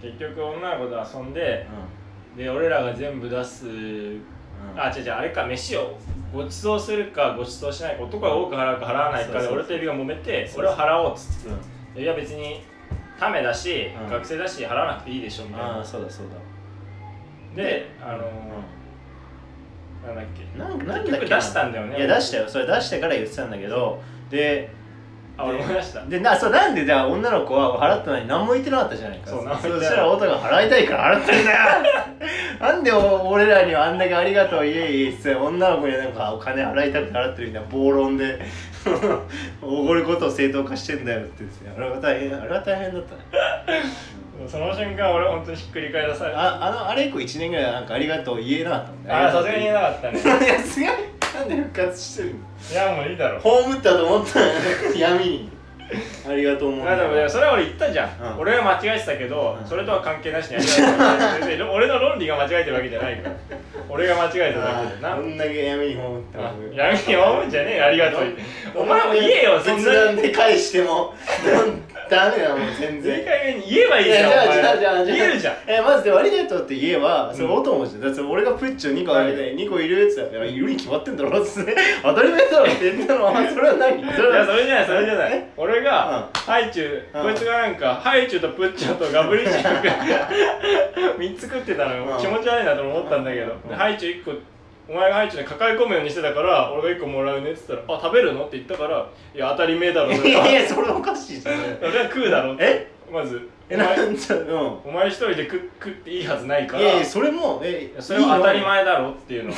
[SPEAKER 2] 結局女の子と遊んでで俺らが全部出す
[SPEAKER 1] うん
[SPEAKER 2] あ違う違うあれか飯をごちそうするかごちそうしないか男が多く払うか払わない
[SPEAKER 1] そ
[SPEAKER 2] か
[SPEAKER 1] う
[SPEAKER 2] で
[SPEAKER 1] そう
[SPEAKER 2] 俺とエビが揉めて
[SPEAKER 1] そう
[SPEAKER 2] 俺は払おうっつっ
[SPEAKER 1] うん
[SPEAKER 2] ていや別にためだし、
[SPEAKER 1] うん
[SPEAKER 2] 学生だし払わなくていいでしょみたい
[SPEAKER 1] あ
[SPEAKER 2] な
[SPEAKER 1] あそうだそうだ
[SPEAKER 2] であのーなんだっけ
[SPEAKER 1] なんなん
[SPEAKER 2] な
[SPEAKER 1] ん
[SPEAKER 2] だ
[SPEAKER 1] だ
[SPEAKER 2] っ
[SPEAKER 1] っ
[SPEAKER 2] け
[SPEAKER 1] け
[SPEAKER 2] 出したんだよね
[SPEAKER 1] いや出したよそれ出してから言ってたんだけどで
[SPEAKER 2] あ俺思い出した
[SPEAKER 1] でなそうなんでじゃあ女の子は払ったのに何も言ってなかったじゃないか
[SPEAKER 2] そう何も言って
[SPEAKER 1] そし
[SPEAKER 2] なかった
[SPEAKER 1] たらオタが払いたいから払ってんだよ [laughs] なんでお俺らにはあんだけありがとう言え言えっつって女の子になんかお金払いたくて払ってるみたいな暴論で [laughs] おごることを正当化してんだよって言ってあれは大変あれは大変だったね
[SPEAKER 2] その瞬間俺本当にひっくり返らされたあ
[SPEAKER 1] ああのあれ以降1年ぐらいなんかありがとう言えなかったもんね
[SPEAKER 2] あさすがに言えなかったね
[SPEAKER 1] いやさすがになんで復活してるの
[SPEAKER 2] いやもういいだろ
[SPEAKER 1] 葬ったと思ったよね闇にありがとうもん
[SPEAKER 2] まあでもねそれは俺言ったじゃん、
[SPEAKER 1] うん
[SPEAKER 2] 俺は間違えてたけど、
[SPEAKER 1] うん
[SPEAKER 2] それとは関係なしにありがとう別に俺の論理が間違えてるわけじゃないから俺が間違えただけでな
[SPEAKER 1] あこんだけ闇に葬った
[SPEAKER 2] あ
[SPEAKER 1] 僕
[SPEAKER 2] 闇に思うんじゃねえよありがとうお前も言えよそん
[SPEAKER 1] 別
[SPEAKER 2] な
[SPEAKER 1] 段
[SPEAKER 2] に
[SPEAKER 1] で返しても [laughs] ダメだよもう全
[SPEAKER 2] 正
[SPEAKER 1] 然
[SPEAKER 2] 解に言えばいいじゃん
[SPEAKER 1] いや
[SPEAKER 2] お
[SPEAKER 1] じゃあ
[SPEAKER 2] 前
[SPEAKER 1] じゃあじゃあじゃあ
[SPEAKER 2] 言えるじゃん
[SPEAKER 1] えまずで「ありがとう」って言えば
[SPEAKER 2] ん
[SPEAKER 1] それ音文字だって俺がプッチを2個あげ
[SPEAKER 2] は
[SPEAKER 1] て2個いるっつったら「いやいるに決まってんだろ」っつって「当たり前だろ」って言ったのお前それは何そ
[SPEAKER 2] [laughs] い
[SPEAKER 1] れ
[SPEAKER 2] や
[SPEAKER 1] は
[SPEAKER 2] それじゃないそれじゃない
[SPEAKER 1] え
[SPEAKER 2] 俺が
[SPEAKER 1] うん
[SPEAKER 2] ハイチュ
[SPEAKER 1] う
[SPEAKER 2] ウ
[SPEAKER 1] ん
[SPEAKER 2] こいつがなんかハイチュウとプッチョとガブリチュウが [laughs] 3つ食ってたの
[SPEAKER 1] う
[SPEAKER 2] よ
[SPEAKER 1] ん
[SPEAKER 2] 気持ち悪いなと思ったんだけど
[SPEAKER 1] うん
[SPEAKER 2] でハイチュウ1個お前がハイチュウで抱え込むようにしてたから俺が1個もらうねっつったら「あ食べるの?」って言ったから「いや当たり前だろそ
[SPEAKER 1] [laughs] い
[SPEAKER 2] れは
[SPEAKER 1] やいやそれおかしいじゃん
[SPEAKER 2] それは食うだろ」って
[SPEAKER 1] え
[SPEAKER 2] まず
[SPEAKER 1] え
[SPEAKER 2] お
[SPEAKER 1] な
[SPEAKER 2] 前
[SPEAKER 1] んちゃう
[SPEAKER 2] お前一人で食食っていいはずないか
[SPEAKER 1] ん
[SPEAKER 2] ら
[SPEAKER 1] いやいやそれもえ
[SPEAKER 2] それは当たり
[SPEAKER 1] いいの
[SPEAKER 2] 前だろっていうの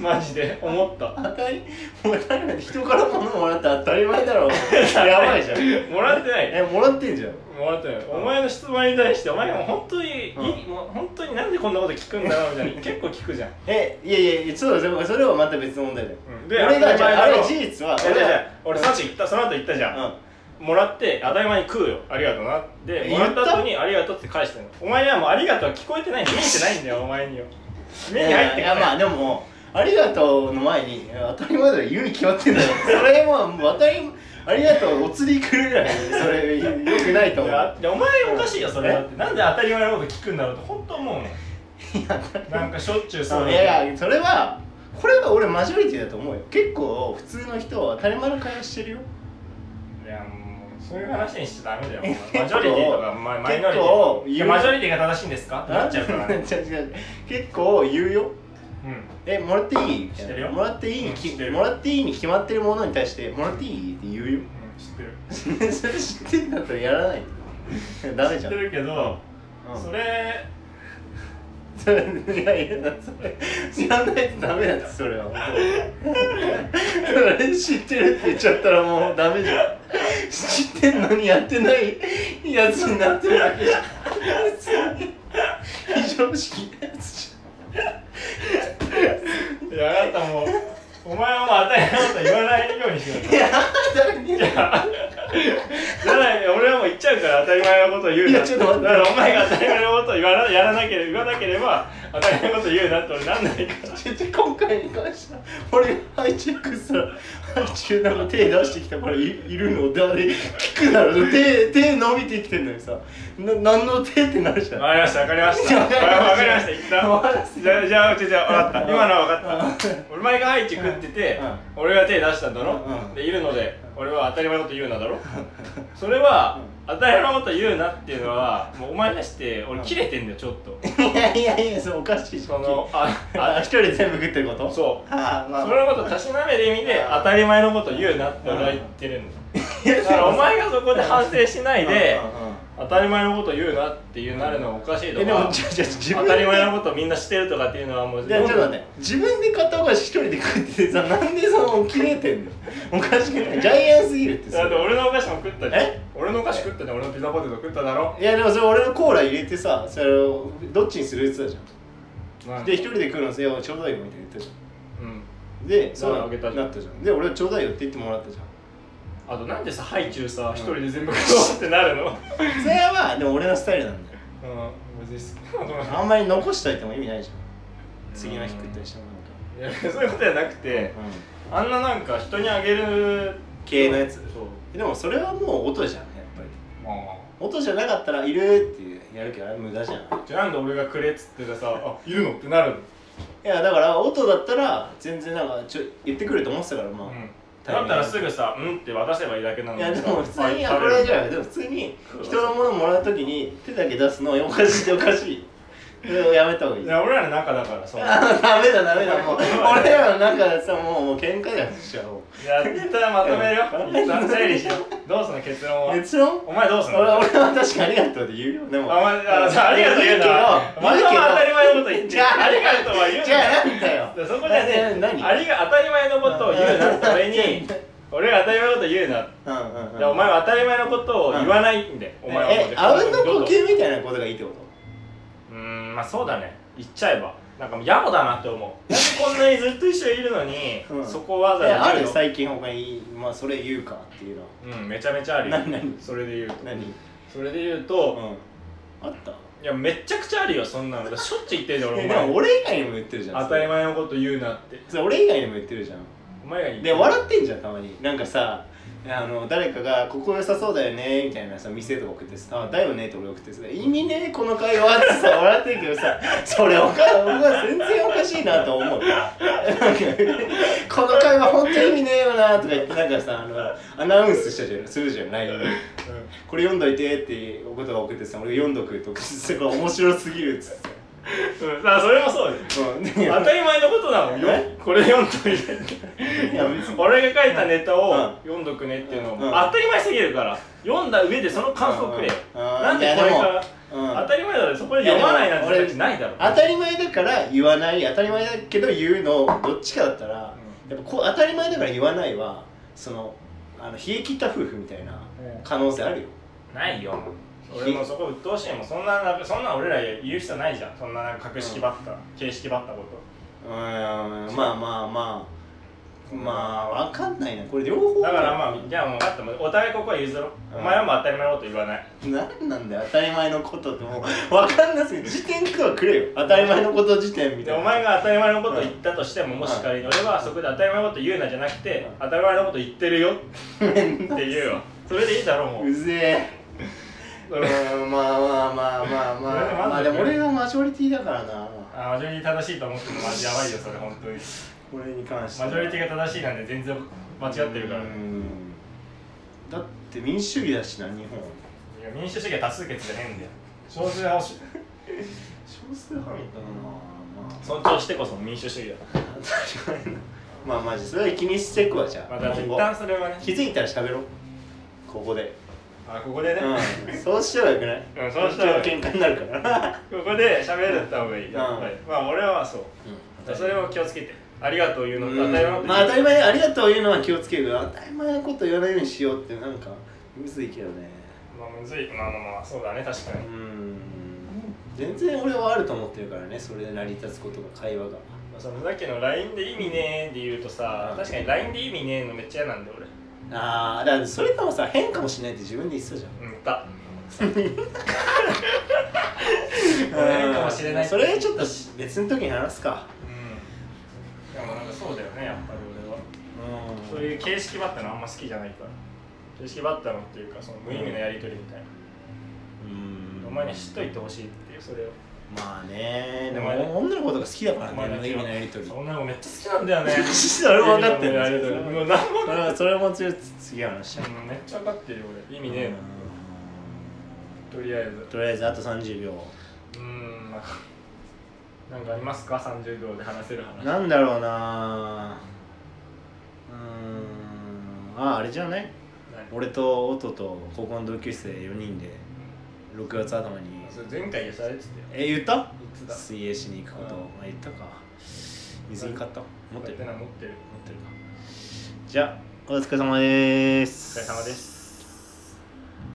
[SPEAKER 2] マジで思った
[SPEAKER 1] [laughs] 当たりもらえない人から物もらって当たり前だ
[SPEAKER 2] [laughs]
[SPEAKER 1] ろやばいじゃん
[SPEAKER 2] もらってない
[SPEAKER 1] えもらってんじゃん
[SPEAKER 2] もらったよお前の質問に対してお前も本当に、
[SPEAKER 1] うん
[SPEAKER 2] いいもう本当になんでこんなこと聞くんだろうみたいな結構聞くじゃん、
[SPEAKER 1] えいやいやいやそうだそそれはまた別の問題だよ、
[SPEAKER 2] で
[SPEAKER 1] 俺がじゃああ
[SPEAKER 2] 当たり前だ
[SPEAKER 1] れ
[SPEAKER 2] ろ
[SPEAKER 1] 事実はい
[SPEAKER 2] やいやいや
[SPEAKER 1] 俺
[SPEAKER 2] 俺
[SPEAKER 1] は
[SPEAKER 2] サチ行ったその後行ったじゃん、
[SPEAKER 1] うん
[SPEAKER 2] もらって当たり前に食うよありがとうなで
[SPEAKER 1] え
[SPEAKER 2] もらっ
[SPEAKER 1] 言った
[SPEAKER 2] た後にありがとうって返してんのお前にはもうありがとうは聞こえてない見えてないんだよお前によ目に入って
[SPEAKER 1] い
[SPEAKER 2] こ
[SPEAKER 1] や
[SPEAKER 2] ない
[SPEAKER 1] まあでもありがとうの前にいや当たり前だろ言うに決まってんだ
[SPEAKER 2] [laughs]
[SPEAKER 1] ろそれはもう当たりありがとうお釣り来るぐらいそれよくないと思う
[SPEAKER 2] い
[SPEAKER 1] い
[SPEAKER 2] や
[SPEAKER 1] や
[SPEAKER 2] でお前おかしいよそれだってなんで当たり前のこと聞くんだろうって本当思うのなんかしょっちゅうそうだ
[SPEAKER 1] い
[SPEAKER 2] けど
[SPEAKER 1] やいやそれはこれは俺マジョリティだと思うよ結構普通の人は当たり前の会話してるよ
[SPEAKER 2] いやもうそういう話にしちゃダメだよマジョリティとかママイノリテ
[SPEAKER 1] 結構
[SPEAKER 2] ィいやマジョリティが正しいんですかってなっちゃうからね
[SPEAKER 1] [laughs] 違う違う結構言うよ
[SPEAKER 2] うん
[SPEAKER 1] えもらっていいみた
[SPEAKER 2] 知って
[SPEAKER 1] い
[SPEAKER 2] るよ
[SPEAKER 1] なもらっていいにき
[SPEAKER 2] うん知ってる
[SPEAKER 1] もらっていいに決まってるものに対してもらっていいって言うよ
[SPEAKER 2] 知ってる
[SPEAKER 1] それ知ってんだったらやらないよダメ
[SPEAKER 2] 知
[SPEAKER 1] じ
[SPEAKER 2] っ
[SPEAKER 1] ゃん
[SPEAKER 2] てるけど、
[SPEAKER 1] うん
[SPEAKER 2] それ
[SPEAKER 1] それいやいやそれ知らないとダメだってそれは本当それ知ってるって言っちゃったらもうダメじゃん知ってんのにやってないやつになってるだけじゃん非常識なやつじ
[SPEAKER 2] いやあなたもうお前はもう当たり前のこと言わないようにしよ
[SPEAKER 1] ゃんいやだめだ
[SPEAKER 2] うだから俺はもう言っちゃうから当たり前のことを言うない
[SPEAKER 1] やちょっと待って
[SPEAKER 2] だからお前が当たり前のことを言わなやらなければ言わなければ当たり前のことを言うなって俺なんないから
[SPEAKER 1] ちょっと今回に関しては俺ハイチュウくさハイチュウなんか手出してきたからいいるのであれ聞くだろ手手伸びてきてんのにさな何の手ってなるじゃん
[SPEAKER 2] わかりましたわかりましたわ
[SPEAKER 1] わかりました
[SPEAKER 2] かりました一
[SPEAKER 1] 終
[SPEAKER 2] 旦
[SPEAKER 1] わらせ
[SPEAKER 2] じゃあじゃあじゃあじゃあ分かった今のは分かった俺前がハイチ食ってて
[SPEAKER 1] うん
[SPEAKER 2] 俺が手出したんだろ
[SPEAKER 1] うん
[SPEAKER 2] でいるので俺は当たり前のこと言うなだろそれは当たり前のこと言うなっていうのはもうお前出して俺切れてんだよちょっと
[SPEAKER 1] いやいやいやそれおかしいし
[SPEAKER 2] そのあ
[SPEAKER 1] あ
[SPEAKER 2] あ
[SPEAKER 1] 一人で全部食ってることう
[SPEAKER 2] そう
[SPEAKER 1] ああまあ
[SPEAKER 2] それのことたしなめる意味で当たり前のこと言うなって俺は言ってるんだだからお前がそこで反省しないで
[SPEAKER 1] うんうんうん
[SPEAKER 2] 当たり前のこと言うなっていうなるのはおかしいと
[SPEAKER 1] えでも
[SPEAKER 2] か
[SPEAKER 1] じゃあじゃあ自分
[SPEAKER 2] 当
[SPEAKER 1] で
[SPEAKER 2] たり前のことみんなしてるとかっていうのはもう
[SPEAKER 1] じゃあちょっと待って自分で片岡一人で食っててさなんでその切れてんのおかしくないジャイアンすぎるってそ
[SPEAKER 2] だって
[SPEAKER 1] れ
[SPEAKER 2] 俺のお菓子も食ったじゃん
[SPEAKER 1] え
[SPEAKER 2] 俺のお菓子食ったじゃん俺のピザポテト食っただろ
[SPEAKER 1] いやでもそれ俺のコーラ入れてさそれをどっちにするって言ってたじゃんで一人で食うのせよちょうだいよみたいに言ったじ
[SPEAKER 2] うん
[SPEAKER 1] ゃんでそう
[SPEAKER 2] あげたじゃ
[SPEAKER 1] な
[SPEAKER 2] ん
[SPEAKER 1] ったじゃんで俺はちょうだいよって言ってもらったじゃ
[SPEAKER 2] [laughs]
[SPEAKER 1] ん
[SPEAKER 2] あとなんでさハイチュウさ一人で全部食おうってなるの
[SPEAKER 1] それはまあでも俺のスタイルなんだよ
[SPEAKER 2] うん別に好きなの
[SPEAKER 1] あんまり残しといても意味ないじゃん次の日食ったりしてもなんか
[SPEAKER 2] いやそういうことじゃなくて
[SPEAKER 1] う
[SPEAKER 2] あんななんか人にあげる
[SPEAKER 1] 系のやつ
[SPEAKER 2] そう
[SPEAKER 1] でもそれはもう音じゃんやっぱり
[SPEAKER 2] まあまあ
[SPEAKER 1] 音じゃなかったらいるっていうやるけどあれ無駄じゃんい
[SPEAKER 2] じゃあなんで俺がくれっつってたさあいるのってなるの
[SPEAKER 1] やだから音だったら全然なんかちょ言ってくると思ってたからまあ、
[SPEAKER 2] うんだったらすぐさ「うん」って渡せばいいだけなの
[SPEAKER 1] い
[SPEAKER 2] に
[SPEAKER 1] や
[SPEAKER 2] さ
[SPEAKER 1] でも普通
[SPEAKER 2] あ
[SPEAKER 1] に
[SPEAKER 2] 食
[SPEAKER 1] あこ
[SPEAKER 2] べる
[SPEAKER 1] れじゃないでも普通に人のものもらうときに手だけ出すのおかしいおかしいそれをやめた方がいい
[SPEAKER 2] いや俺らの中だから
[SPEAKER 1] [laughs]
[SPEAKER 2] そうや
[SPEAKER 1] あダメだダメだもう俺らの中でさもうもう喧嘩じゃんしちゃお
[SPEAKER 2] ってたらまとめるよ一旦整理しようどうすんの結論
[SPEAKER 1] う
[SPEAKER 2] は
[SPEAKER 1] 結論
[SPEAKER 2] お前どうすん
[SPEAKER 1] 俺
[SPEAKER 2] の
[SPEAKER 1] は俺は確かにありがとうって言うよでも
[SPEAKER 2] あまああありがとう言うなまたま当たり前のこと言って
[SPEAKER 1] じゃあ
[SPEAKER 2] ありがとうは言う
[SPEAKER 1] じゃあな
[SPEAKER 2] な
[SPEAKER 1] んだよ
[SPEAKER 2] そこじゃね
[SPEAKER 1] な何
[SPEAKER 2] ありが当たり前のことを言うなって俺に俺が当たり前のこと言うな
[SPEAKER 1] うんうんうん
[SPEAKER 2] でお前は当たり前のことを言わないんで、お前はもう
[SPEAKER 1] え、あうんの呼吸みたいなことがいいってこ
[SPEAKER 2] うーんまあそうだね言っちゃえばなんかもう野暮だなって思うなんでこんなにずっと一緒にいるのに、
[SPEAKER 1] うん
[SPEAKER 2] そこわざ
[SPEAKER 1] とえ、あ
[SPEAKER 2] わざ
[SPEAKER 1] る
[SPEAKER 2] る
[SPEAKER 1] 最近他に、まあそれ言うかっていうのは
[SPEAKER 2] うんめちゃめちゃあるよ
[SPEAKER 1] 何何
[SPEAKER 2] それで言うと
[SPEAKER 1] 何
[SPEAKER 2] それで言うと、
[SPEAKER 1] うんあった
[SPEAKER 2] いやめちゃくちゃあるよそんなのだからしょっちゅう言ってんじゃん
[SPEAKER 1] え
[SPEAKER 2] 俺
[SPEAKER 1] で
[SPEAKER 2] お
[SPEAKER 1] も俺以外にも言ってるじゃん
[SPEAKER 2] 前当たり前のこと言うなって
[SPEAKER 1] それ俺以外にも言ってるじゃん
[SPEAKER 2] お前が言って
[SPEAKER 1] で笑ってんじゃんたまになんかさあの誰かが「ここ良さそうだよね」みたいなさ店とか送ってさ「あだよね」って俺送ってさ「意味ねこの会話」ってさ笑ってるけどさそれおか僕は全然おかしいなと思うなんかこの会話本当意味ねえよなとか言ってなんかさあのアナウンスしたじゃんするじゃん LINE で
[SPEAKER 2] うん
[SPEAKER 1] これ読んどいてってお言葉送ってさ俺読んどくとかすごい面白すぎるっつって
[SPEAKER 2] うん、さあそれもそうです
[SPEAKER 1] さうんで
[SPEAKER 2] 当たり前のことなのよ
[SPEAKER 1] え
[SPEAKER 2] これ読んどいて
[SPEAKER 1] いや別に
[SPEAKER 2] 俺が書いたネタ
[SPEAKER 1] うん
[SPEAKER 2] を読んどくねっていうの
[SPEAKER 1] う
[SPEAKER 2] は
[SPEAKER 1] ん
[SPEAKER 2] もう当たり前すぎるから読んだ上でその感想くれよ
[SPEAKER 1] うんうん
[SPEAKER 2] なんでこれから
[SPEAKER 1] いやでもうん
[SPEAKER 2] 当たり前だろそこで読まないなんて選択肢ないだろ
[SPEAKER 1] 当たり前だから言わない当たり前だけど言うのどっちかだったら、やっぱこう当たり前だから言わないはそのあの冷え切った夫婦みたいな
[SPEAKER 2] うん
[SPEAKER 1] 可能性あるよ、
[SPEAKER 2] ないよ俺もそこ鬱陶しいもんそんななんかそんな俺ら言う人ないじゃんそんななんか格式ばった形式ばったこ
[SPEAKER 1] うーんまあまあまあまあわかんないなこれ両方
[SPEAKER 2] とだからまあじゃあもう分かったもうお互いここは譲ろう
[SPEAKER 1] うん
[SPEAKER 2] お前はもう当たり前のこと言わない
[SPEAKER 1] 何なんだよ当たり前のことってもうわかんなすぎて辞典とかくれよ当たり前のこと辞典みた
[SPEAKER 2] で
[SPEAKER 1] いな
[SPEAKER 2] お前が当たり前のことを言ったとしてももし仮に俺はそこで当たり前のこと言うなじゃなくて
[SPEAKER 1] うん
[SPEAKER 2] 当たり前のこと言ってるよって言うよそれでいいだろうもう
[SPEAKER 1] うぜえうーんまあまあまあまあまあ
[SPEAKER 2] [laughs]
[SPEAKER 1] まあでも俺がマジョリティだからな
[SPEAKER 2] あマジョリティ正しいと思ってもマジやばいよそれ本当に
[SPEAKER 1] これに関して
[SPEAKER 2] マ
[SPEAKER 1] は
[SPEAKER 2] ジョリティが正しいなんて全然間違ってるから
[SPEAKER 1] う
[SPEAKER 2] ね
[SPEAKER 1] んだって民主主義だしな日本
[SPEAKER 2] いや民主主義は多数決じゃねえんだよ少数派をし
[SPEAKER 1] 少数派だなまあ
[SPEAKER 2] 尊重してこそ民主主義だ
[SPEAKER 1] 当たり前なまあマジそれは気にしていくわじゃあ
[SPEAKER 2] まあ、だから
[SPEAKER 1] 今
[SPEAKER 2] 一
[SPEAKER 1] 後
[SPEAKER 2] 旦それはね
[SPEAKER 1] 気づいたら喋ろうここで、
[SPEAKER 2] あここでね、 [laughs]
[SPEAKER 1] うん、そうしたらよくない
[SPEAKER 2] うんそうしたら
[SPEAKER 1] 喧嘩になるから
[SPEAKER 2] ここで喋った方がいい、
[SPEAKER 1] うん
[SPEAKER 2] やっぱりまあ俺はそうそれを気をつけてありがとう言うのと当たり前のこと言う
[SPEAKER 1] まあ当たり前ありがとう言うのは気をつけるけど当たり前のこと言わないようにしようってなんかむずいけどね
[SPEAKER 2] まあむずいまあまあまあそうだね確か
[SPEAKER 1] う
[SPEAKER 2] に
[SPEAKER 1] ん全然俺はあると思ってるからねそれで成り立つことが会話が
[SPEAKER 2] まあそのさっきの LINE で意味ねーで言うとさ、
[SPEAKER 1] うん
[SPEAKER 2] 確かに LINE で意味ねーのめっちゃ嫌なんで俺
[SPEAKER 1] ああだからそれともさ変かもしれないって自分で言ってたじゃん
[SPEAKER 2] うん言った
[SPEAKER 1] う
[SPEAKER 2] 変
[SPEAKER 1] ん
[SPEAKER 2] かもしれない
[SPEAKER 1] それちょっと別の時に話すか
[SPEAKER 2] うんでもなんかそうだよねやっぱり俺は
[SPEAKER 1] うん
[SPEAKER 2] そういう形式ばったのあんま好きじゃないから形式ばったのっていうかその無意味なやり取りみたいな、
[SPEAKER 1] うん
[SPEAKER 2] お前に知っといてほしいっていうそれを
[SPEAKER 1] まあねでも女の子とか好きだからね、あの意味のやりとり。
[SPEAKER 2] 女の子めっちゃ好きなんだ
[SPEAKER 1] [laughs]
[SPEAKER 2] よね
[SPEAKER 1] それも分かってる
[SPEAKER 2] 意味のやりとりもう何も
[SPEAKER 1] それはそれも強い次の話だ。
[SPEAKER 2] うんめっちゃ分かってるよ俺意味ねえなとりあえず
[SPEAKER 1] とりあえずあと30秒。
[SPEAKER 2] うーんなんかなんかありますか30秒で話せる話
[SPEAKER 1] なんだろうなうーんああれじゃない
[SPEAKER 2] ない
[SPEAKER 1] 俺と音と高校の同級生4人で6月頭に
[SPEAKER 2] それ前回やされてたよ
[SPEAKER 1] え言った
[SPEAKER 2] いつだ
[SPEAKER 1] 水泳しに行くこと
[SPEAKER 2] うん
[SPEAKER 1] あ言ったか水着買った持ってる
[SPEAKER 2] こう
[SPEAKER 1] 持
[SPEAKER 2] やな
[SPEAKER 1] っ
[SPEAKER 2] 持って
[SPEAKER 1] て
[SPEAKER 2] る
[SPEAKER 1] るかじゃあお疲れ様で
[SPEAKER 2] お
[SPEAKER 1] す
[SPEAKER 2] 疲れ様です